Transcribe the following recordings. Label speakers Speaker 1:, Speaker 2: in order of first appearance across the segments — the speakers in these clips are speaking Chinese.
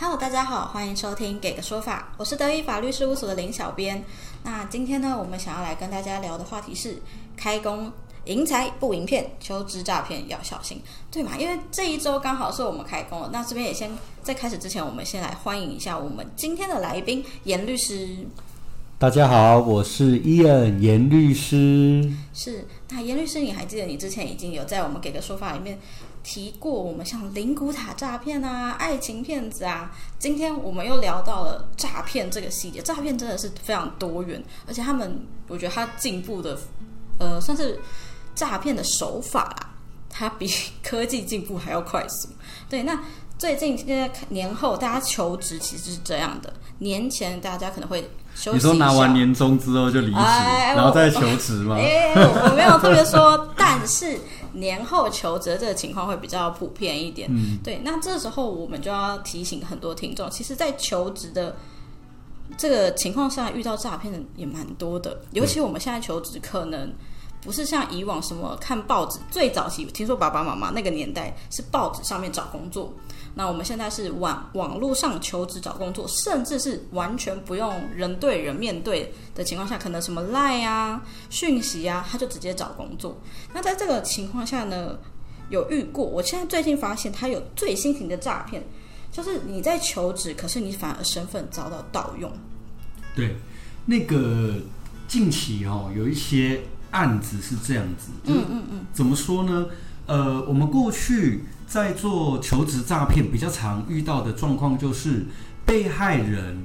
Speaker 1: Hello，大家好，欢迎收听《给个说法》，我是德意法律事务所的林小编。那今天呢，我们想要来跟大家聊的话题是：开工赢财不赢骗，求职诈骗要小心，对嘛？因为这一周刚好是我们开工了。那这边也先在开始之前，我们先来欢迎一下我们今天的来宾严律师。
Speaker 2: 大家好，我是伊恩严律师。
Speaker 1: 是，那严律师，你还记得你之前已经有在我们给个说法里面提过，我们像灵骨塔诈骗啊、爱情骗子啊，今天我们又聊到了诈骗这个细节。诈骗真的是非常多元，而且他们，我觉得他进步的，呃，算是诈骗的手法啦，它比 科技进步还要快速。对，那最近现在年后大家求职其实是这样的，年前大家可能会休息
Speaker 2: 你
Speaker 1: 一下。
Speaker 2: 说拿完年终之后就离职，
Speaker 1: 哎
Speaker 2: 然后再求职吗？
Speaker 1: 哎、我没有特别说，但是年后求职这个情况会比较普遍一点。
Speaker 2: 嗯，
Speaker 1: 对，那这时候我们就要提醒很多听众，其实，在求职的这个情况下，遇到诈骗的也蛮多的，尤其我们现在求职可能。不是像以往什么看报纸，最早期听说爸爸妈妈那个年代是报纸上面找工作，那我们现在是网网络上求职找工作，甚至是完全不用人对人面对的情况下，可能什么赖啊、讯息啊，他就直接找工作。那在这个情况下呢，有遇过，我现在最近发现他有最新型的诈骗，就是你在求职，可是你反而身份遭到盗用。
Speaker 2: 对，那个近期哦，有一些案子是这样子，嗯嗯嗯，怎么说呢？呃，我们过去在做求职诈骗比较常遇到的状况就是，被害人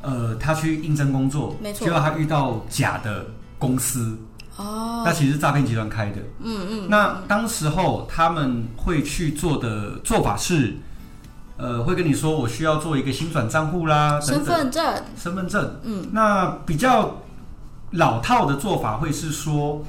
Speaker 2: 呃他去应征工作，
Speaker 1: 没错
Speaker 2: 结果他遇到假的公司，
Speaker 1: 哦，
Speaker 2: 那其实是诈骗集团开的。嗯嗯。那当时候他们会去做的做法是，呃，会跟你说我需要做一个新转账户啦，等
Speaker 1: 身
Speaker 2: 等
Speaker 1: 份证，
Speaker 2: 身份证。
Speaker 1: 嗯，
Speaker 2: 那比较老套的做法会是说，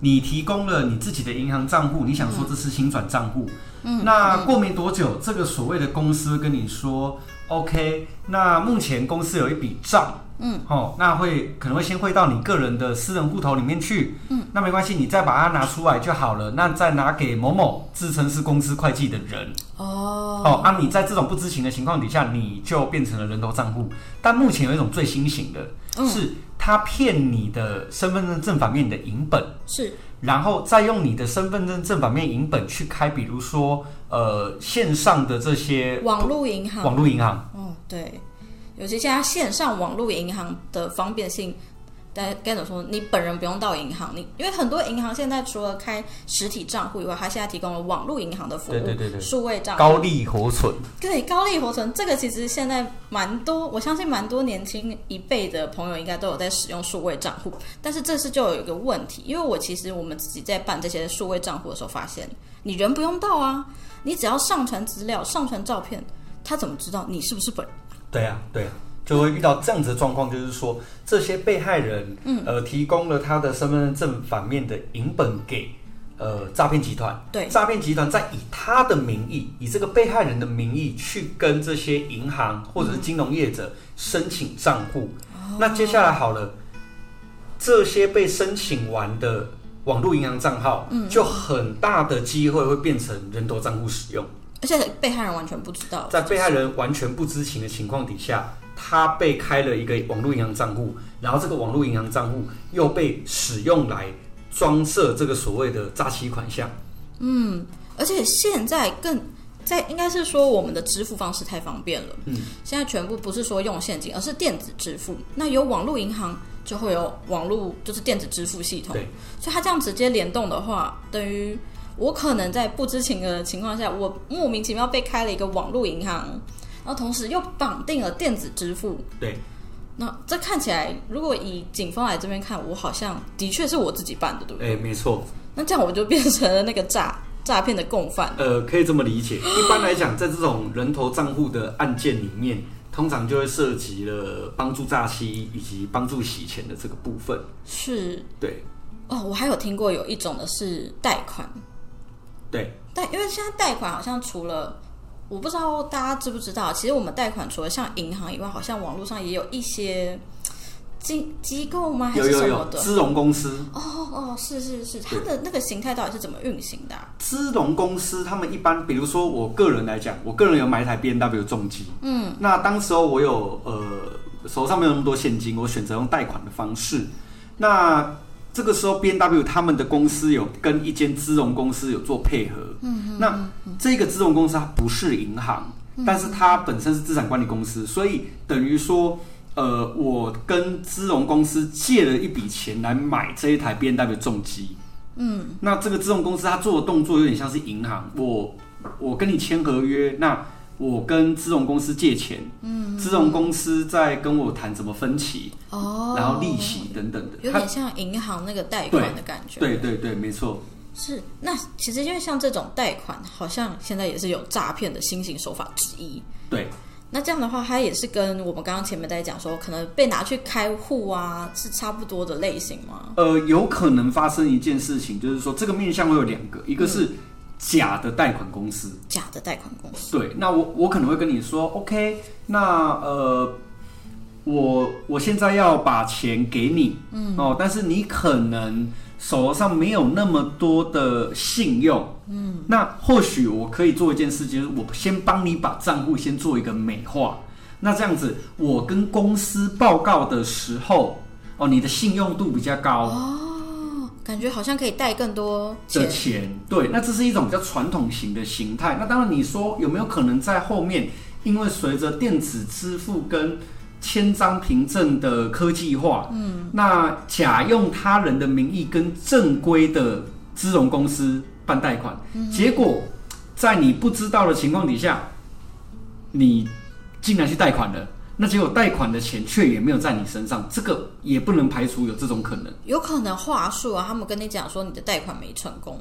Speaker 2: 你提供了你自己的银行账户，你想说这是新转账户。
Speaker 1: 嗯，
Speaker 2: 那过没多久，这个所谓的公司跟你说，OK，那目前公司有一笔账，
Speaker 1: 嗯，
Speaker 2: 哦，那会可能会先汇到你个人的私人户头里面去，嗯，那没关系，你再把它拿出来就好了，那再拿给某某自称是公司会计的人，
Speaker 1: 哦，
Speaker 2: 哦，啊，你在这种不知情的情况底下，你就变成了人头账户。但目前有一种最新型的，
Speaker 1: 嗯
Speaker 2: 是他骗你的身份证正反面你的银本，
Speaker 1: 是
Speaker 2: 然后再用你的身份证正反面银本去开，比如说呃线上的这些
Speaker 1: 网络银行。
Speaker 2: 网络银行，
Speaker 1: 哦，对，尤其现在线上网络银行的方便性，该该怎么说？你本人不用到银行，你因为很多银行现在除了开实体账户以外，它现在提供了网络银行的服务，
Speaker 2: 对对对对
Speaker 1: 数位账户。
Speaker 2: 高利活存。
Speaker 1: 对高利活存这个其实现在蛮多，我相信蛮多年轻一辈的朋友应该都有在使用数位账户，但是这次就有一个问题，因为我其实我们自己在办这些数位账户的时候，发现你人不用到啊，你只要上传资料、上传照片，他怎么知道你是不是本人？
Speaker 2: 对啊，对啊，就会遇到这样子的状况，就是说这些被害人，嗯，呃，提供了他的身份证反面的银本给呃诈骗集团，
Speaker 1: 对
Speaker 2: 诈骗集团再以他的名义，以这个被害人的名义去跟这些银行或者是金融业者申请账户。
Speaker 1: 哦
Speaker 2: 那接下来好了，这些被申请完的网络银行账号，嗯，就很大的机会会变成人头账户使用。
Speaker 1: 而且被害人完全不知道，
Speaker 2: 在被害人完全不知情的情况底下，他被开了一个网络银行账户，然后这个网络银行账户又被使用来装设这个所谓的诈欺款项。
Speaker 1: 而且现在更在应该是说我们的支付方式太方便了，
Speaker 2: 嗯，
Speaker 1: 现在全部不是说用现金，而是电子支付。那有网络银行就会有网络就是电子支付系统，
Speaker 2: 对，
Speaker 1: 所以它这样直接联动的话，等于我可能在不知情的情况下，我莫名其妙被开了一个网络银行，然后同时又绑定了电子支付，
Speaker 2: 对，
Speaker 1: 那这看起来如果以警方来这边看，我好像的确是我自己办的，对不对？
Speaker 2: 哎，没错，
Speaker 1: 那这样我就变成了那个诈 诈骗的共犯。
Speaker 2: 呃，可以这么理解。一般来讲，在这种人头账户的案件里面，通常就会涉及了帮助诈欺以及帮助洗钱的这个部分。
Speaker 1: 是
Speaker 2: 对，
Speaker 1: 哦，我还有听过有一种的是贷款，
Speaker 2: 对，
Speaker 1: 贷因为现在贷款好像除了我不知道大家知不知道，其实我们贷款除了像银行以外，好像网络上也有一些。机机构吗？还
Speaker 2: 有
Speaker 1: 是
Speaker 2: 有
Speaker 1: 什
Speaker 2: 有
Speaker 1: 么，的？
Speaker 2: 资融公司，
Speaker 1: 哦哦，是是是，它的那个形态到底是怎么运行的啊、
Speaker 2: 资融公司他们一般，比如说我个人来讲，我个人有买一台 B N W 重机，嗯，那当时候我有呃手上没有那么多现金，我选择用贷款的方式。那这个时候 B N W 他们的公司有跟一间资融公司有做配合，嗯，那这个资融公司它不是银行，但是它本身是资产管理公司，所以等于说。呃，我跟资融公司借了一笔钱来买这一台 B N W 重机，那这个自动公司它做的动作有点像是银行，我我跟你签合约，那我跟自动公司借钱，嗯，自动公司在跟我谈怎么分期，
Speaker 1: 哦，
Speaker 2: 然后利息等等的，
Speaker 1: 有
Speaker 2: 它
Speaker 1: 点像银行那个贷款的感觉。
Speaker 2: 对对对，没错，
Speaker 1: 是，那其实因为像这种贷款，好像现在也是有诈骗的新型手法之一。
Speaker 2: 对
Speaker 1: 那这样的话，它也是跟我们刚刚前面在讲说，可能被拿去开户啊，是差不多的类型吗？
Speaker 2: 呃，有可能发生一件事情，就是说这个面向会有两个，一个是假的贷款公司，
Speaker 1: 假的贷款公司，
Speaker 2: 对，那我我可能会跟你说，OK，那呃，我我现在要把钱给你，嗯，哦，但是你可能手头上没有那么多的信用，嗯，那或许我可以做一件事情，就是我先帮你把账户先做一个美化，那这样子我跟公司报告的时候，哦，你的信用度比较高，
Speaker 1: 哦，感觉好像可以贷更多
Speaker 2: 的
Speaker 1: 钱。
Speaker 2: 钱，对，那这是一种比较传统型的形态。那当然，你说有没有可能在后面，因为随着电子支付跟千张凭证的科技化，嗯，那假用他人的名义跟正规的资融公司办贷款，结果在你不知道的情况底下，你竟然去贷款了，那结果贷款的钱却也没有在你身上，这个也不能排除有这种可能。
Speaker 1: 有可能话术啊，他们跟你讲说你的贷款没成功，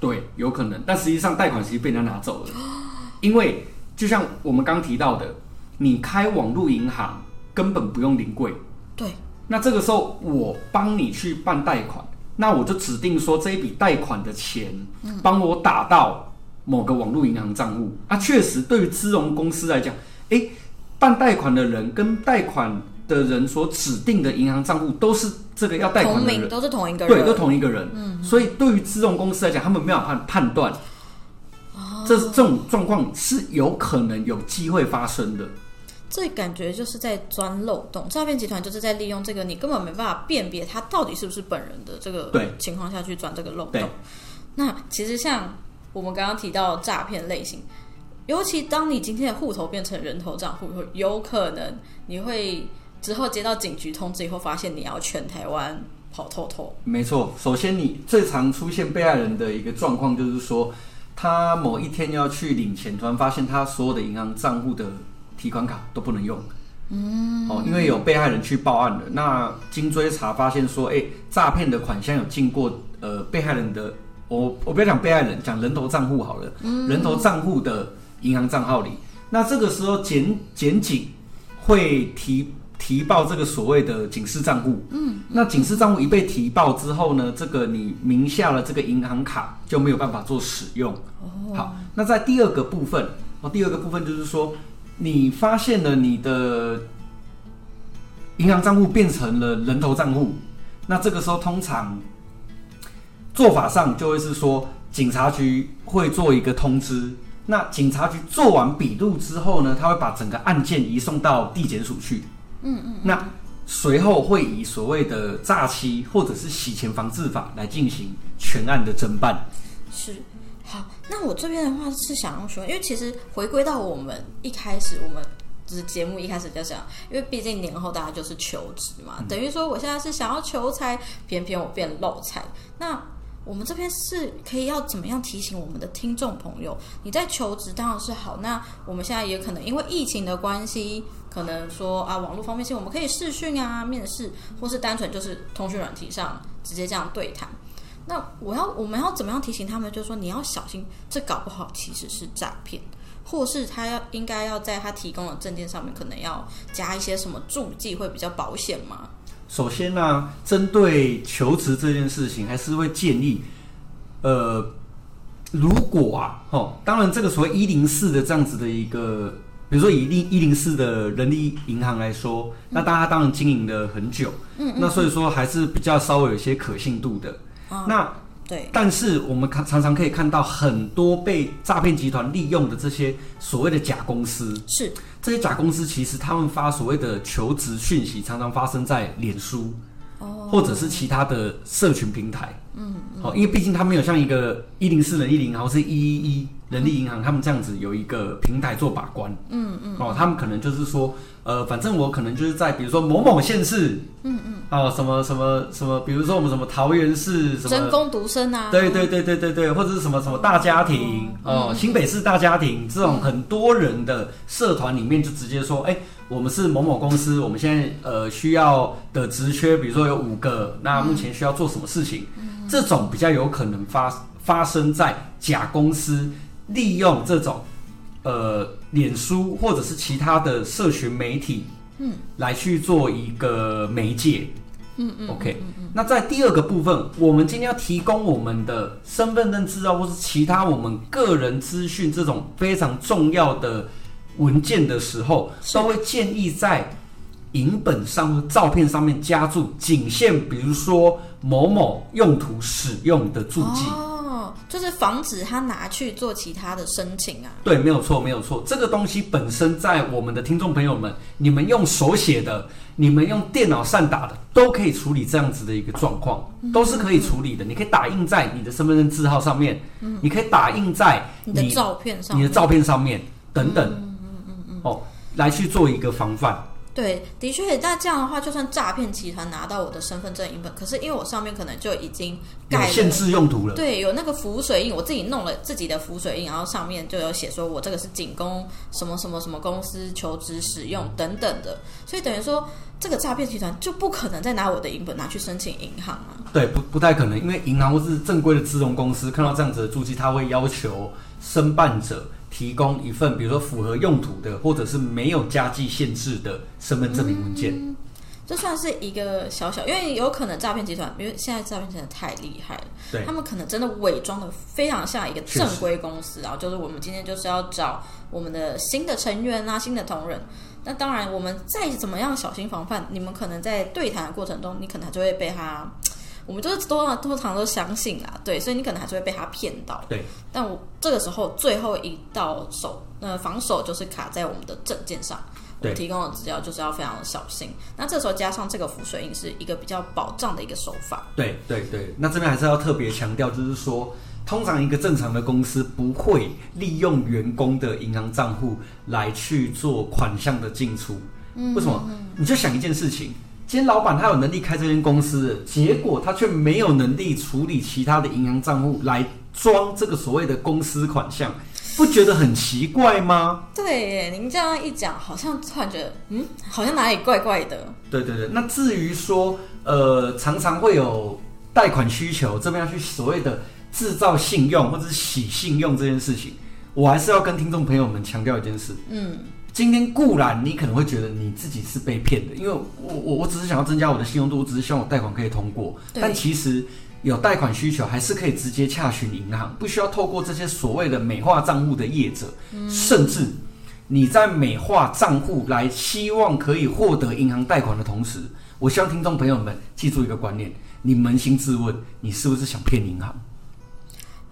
Speaker 2: 对，有可能，但实际上贷款其实被人家拿走了， 因为就像我们刚提到的，你开网络银行根本不用临柜，
Speaker 1: 对，
Speaker 2: 那这个时候我帮你去办贷款，那我就指定说这一笔贷款的钱
Speaker 1: 嗯
Speaker 2: 帮我打到某个网络银行账户，啊，确实对于资融公司来讲，诶，办贷款的人跟贷款的人所指定的银行账户都是这个要贷款
Speaker 1: 同
Speaker 2: 的人
Speaker 1: 名。都是同一个人，
Speaker 2: 对，都同一个人。所以对于自动公司来讲，他们没有判判断，这这种状况是有可能有机会发生的。
Speaker 1: 这感觉就是在钻漏洞，诈骗集团就是在利用这个你根本没办法辨别他到底是不是本人的这个
Speaker 2: 对
Speaker 1: 情况下去钻这个漏
Speaker 2: 对
Speaker 1: 洞。那其实像我们刚刚提到的诈骗类型，尤其当你今天的户头变成人头账户以后，有可能你会之后接到警局通知以后，发现你要全台湾跑透透。
Speaker 2: 没错，首先你最常出现被害人的一个状况就是说，他某一天要去领钱，突然发现他所有的银行账户的提款卡都不能用。嗯，哦，因为有被害人去报案了，那经追查发现说，哎、诈骗的款项有进过呃被害人的，我我不要讲被害人，讲人头账户好了，人头账户的银行账号里，那这个时候检检警会提提报这个所谓的警示账户，那警示账户一被提报之后呢，这个你名下的这个银行卡就没有办法做使用。好，那在第二个部分，哦，第二个部分就是说，你发现了你的银行账户变成了人头账户，那这个时候通常做法上就会是说，警察局会做一个通知。那警察局做完笔录之后呢，他会把整个案件移送到地检署去。嗯嗯。那随后会以所谓的诈欺或者是洗钱防治法来进行全案的侦办。
Speaker 1: 是，好，那我这边的话是想要说，因为其实回归到我们一开始，我们就是节目一开始就讲，因为毕竟年后大家就是求职嘛，等于说我现在是想要求财，偏偏我变漏财。那我们这边是可以要怎么样提醒我们的听众朋友？你在求职当然是好，那我们现在也可能因为疫情的关系，可能说啊网络方便性，我们可以视讯啊面试，或是单纯就是通讯软体上直接这样对谈。那我要我们要怎么样提醒他们？就是说你要小心，这搞不好其实是诈骗，或是他要应该要在他提供的证件上面可能要加一些什么注记会比较保险吗？
Speaker 2: 首先呢、针对求职这件事情，还是会建议，呃，如果啊，哦，当然这个所谓一零四的这样子的一个比如说以一一零四的人力银行来说，那大家当然经营了很久，嗯，那所以说还是比较稍微有些可信度的。那
Speaker 1: 对，
Speaker 2: 但是我们看常常可以看到很多被诈骗集团利用的这些所谓的假公司，
Speaker 1: 是
Speaker 2: 这些假公司其实他们发所谓的求职讯息，常常发生在脸书，或者是其他的社群平台。哦嗯，好、因为毕竟它没有像一个一零四人力银行或是一一一人力银行他们这样子有一个平台做把关。嗯嗯，哦，他们可能就是说，呃，反正我可能就是在比如说某某县市，嗯嗯，哦，什么什么什么，比如说我们什么桃园市什么
Speaker 1: 真功独身啊，
Speaker 2: 对对对对对对，或者是什么什么大家庭哦、新北市大家庭这种很多人的社团里面，就直接说，哎、我们是某某公司，我们现在呃需要的职缺，比如说有五个，那目前需要做什么事情？这种比较有可能发发生在假公司利用这种呃脸书或者是其他的社群媒体，嗯，来去做一个媒介，嗯嗯，OK。那在第二个部分，我们今天要提供我们的身份认知啊，或是其他我们个人资讯这种非常重要的文件的时候，
Speaker 1: 是
Speaker 2: 都会建议在影本上或照片上面加注仅限，比如说某某用途使用的注记。
Speaker 1: 哦，就是防止他拿去做其他的申请啊。
Speaker 2: 对，没有错，没有错。这个东西本身在我们的听众朋友们，你们用手写的，你们用电脑上打的，都可以处理这样子的一个状况，都是可以处理的。你可以打印在你的身份证字号上面，你可以打印在
Speaker 1: 你的照片上
Speaker 2: 你的
Speaker 1: 面，
Speaker 2: 照片上面等等，哦，来去做一个防范。
Speaker 1: 对，的确，那这样的话，就算诈骗集团拿到我的身份证影本，可是因为我上面可能就已经
Speaker 2: 有
Speaker 1: 盖了
Speaker 2: 限制用途了，
Speaker 1: 对，有那个浮水印，我自己弄了自己的浮水印，然后上面就有写说我这个是仅供什么什么什么公司求职使用等等的，所以等于说这个诈骗集团就不可能再拿我的影本拿去申请银行啊。
Speaker 2: 对，不不太可能，因为银行或是正规的资融公司看到这样子的注记，他会要求申办者提供一份，比如说符合用途的，或者是没有加计限制的身份证明文件。
Speaker 1: 这算是一个小小，因为有可能诈骗集团，因为现在诈骗集团太厉害了，
Speaker 2: 对
Speaker 1: 他们可能真的伪装的非常像一个正规公司啊，就是我们今天就是要找我们的新的成员啊、新的同仁。那当然，我们再怎么样小心防范，你们可能在对谈的过程中，你可能还就会被他，我们就是多常多常都相信啦，对，所以你可能还是会被他骗到。
Speaker 2: 对，
Speaker 1: 但我这个时候最后一道手，那防守就是卡在我们的证件上。我
Speaker 2: 对
Speaker 1: 们提供的资料就是要非常的小心。那这时候加上这个浮水印是一个比较保障的一个手法。
Speaker 2: 对对对，那这边还是要特别强调，就是说，通常一个正常的公司不会利用员工的银行账户来去做款项的进出。为什么？你就想一件事情。今天老板他有能力开这间公司，结果他却没有能力处理其他的银行账户来装这个所谓的公司款项，不觉得很奇怪吗？
Speaker 1: 对耶，您这样一讲，好像突然觉得，嗯，好像哪里怪怪的。
Speaker 2: 对对对，那至于说，呃，常常会有贷款需求，这边要去所谓的制造信用或者是洗信用这件事情，我还是要跟听众朋友们强调一件事。
Speaker 1: 嗯，
Speaker 2: 今天固然你可能会觉得你自己是被骗的，因为我我我只是想要增加我的信用度，我只是希望我贷款可以通过，
Speaker 1: 对
Speaker 2: 但其实有贷款需求还是可以直接洽询银行，不需要透过这些所谓的美化账户的业者，
Speaker 1: 嗯
Speaker 2: 甚至你在美化账户来希望可以获得银行贷款的同时，我希望听众朋友们记住一个观念：你扪心自问，你是不是想骗银行？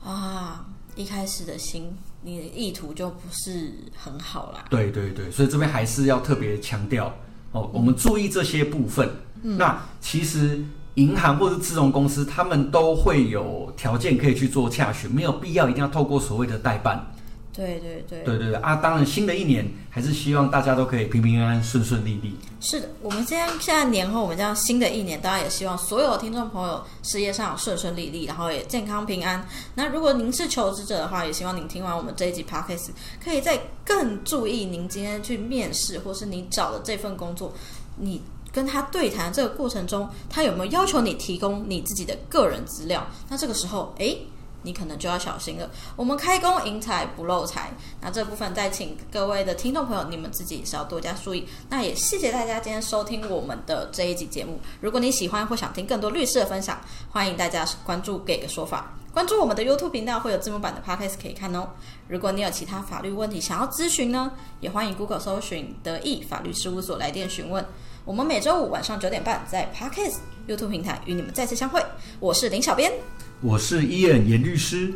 Speaker 1: 啊，一开始的心，你的意图就不是很好啦。
Speaker 2: 对对对，所以这边还是要特别强调哦，我们注意这些部分。
Speaker 3: 嗯
Speaker 2: 那其实银行或是金融公司，他们都会有条件可以去做洽询，没有必要一定要透过所谓的代办。
Speaker 1: 对对对，
Speaker 2: 对对对啊，当然新的一年还是希望大家都可以平平安安、顺顺利利。
Speaker 1: 是的，我们今天现在年后，我们这样新的一年，当然也希望所有听众朋友事业上顺顺利利，然后也健康平安。那如果您是求职者的话，也希望您听完我们这一集 podcast，可以再更注意您今天去面试或是你找的这份工作，你。跟他对谈这个过程中，他有没有要求你提供你自己的个人资料？那这个时候，诶，你可能就要小心了。我们开工迎财不漏财，那这部分再请各位的听众朋友，你们自己也是要多加注意。那也谢谢大家今天收听我们的这一集节目。如果你喜欢或想听更多律师的分享，欢迎大家关注“给个说法”。关注我们的 YouTube 频道，会有字幕版的 Podcast 可以看哦。如果你有其他法律问题想要咨询呢，也欢迎 Google 搜寻德意法律事务所来电询问。我们每周五晚上九点半在 Podcast YouTube 平台与你们再次相会。我是林小编，
Speaker 3: 我是伊恩严律师，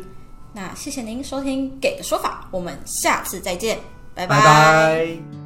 Speaker 1: 那谢谢您收听《给个说法》，我们下次再见，
Speaker 3: 拜
Speaker 1: 拜
Speaker 3: 拜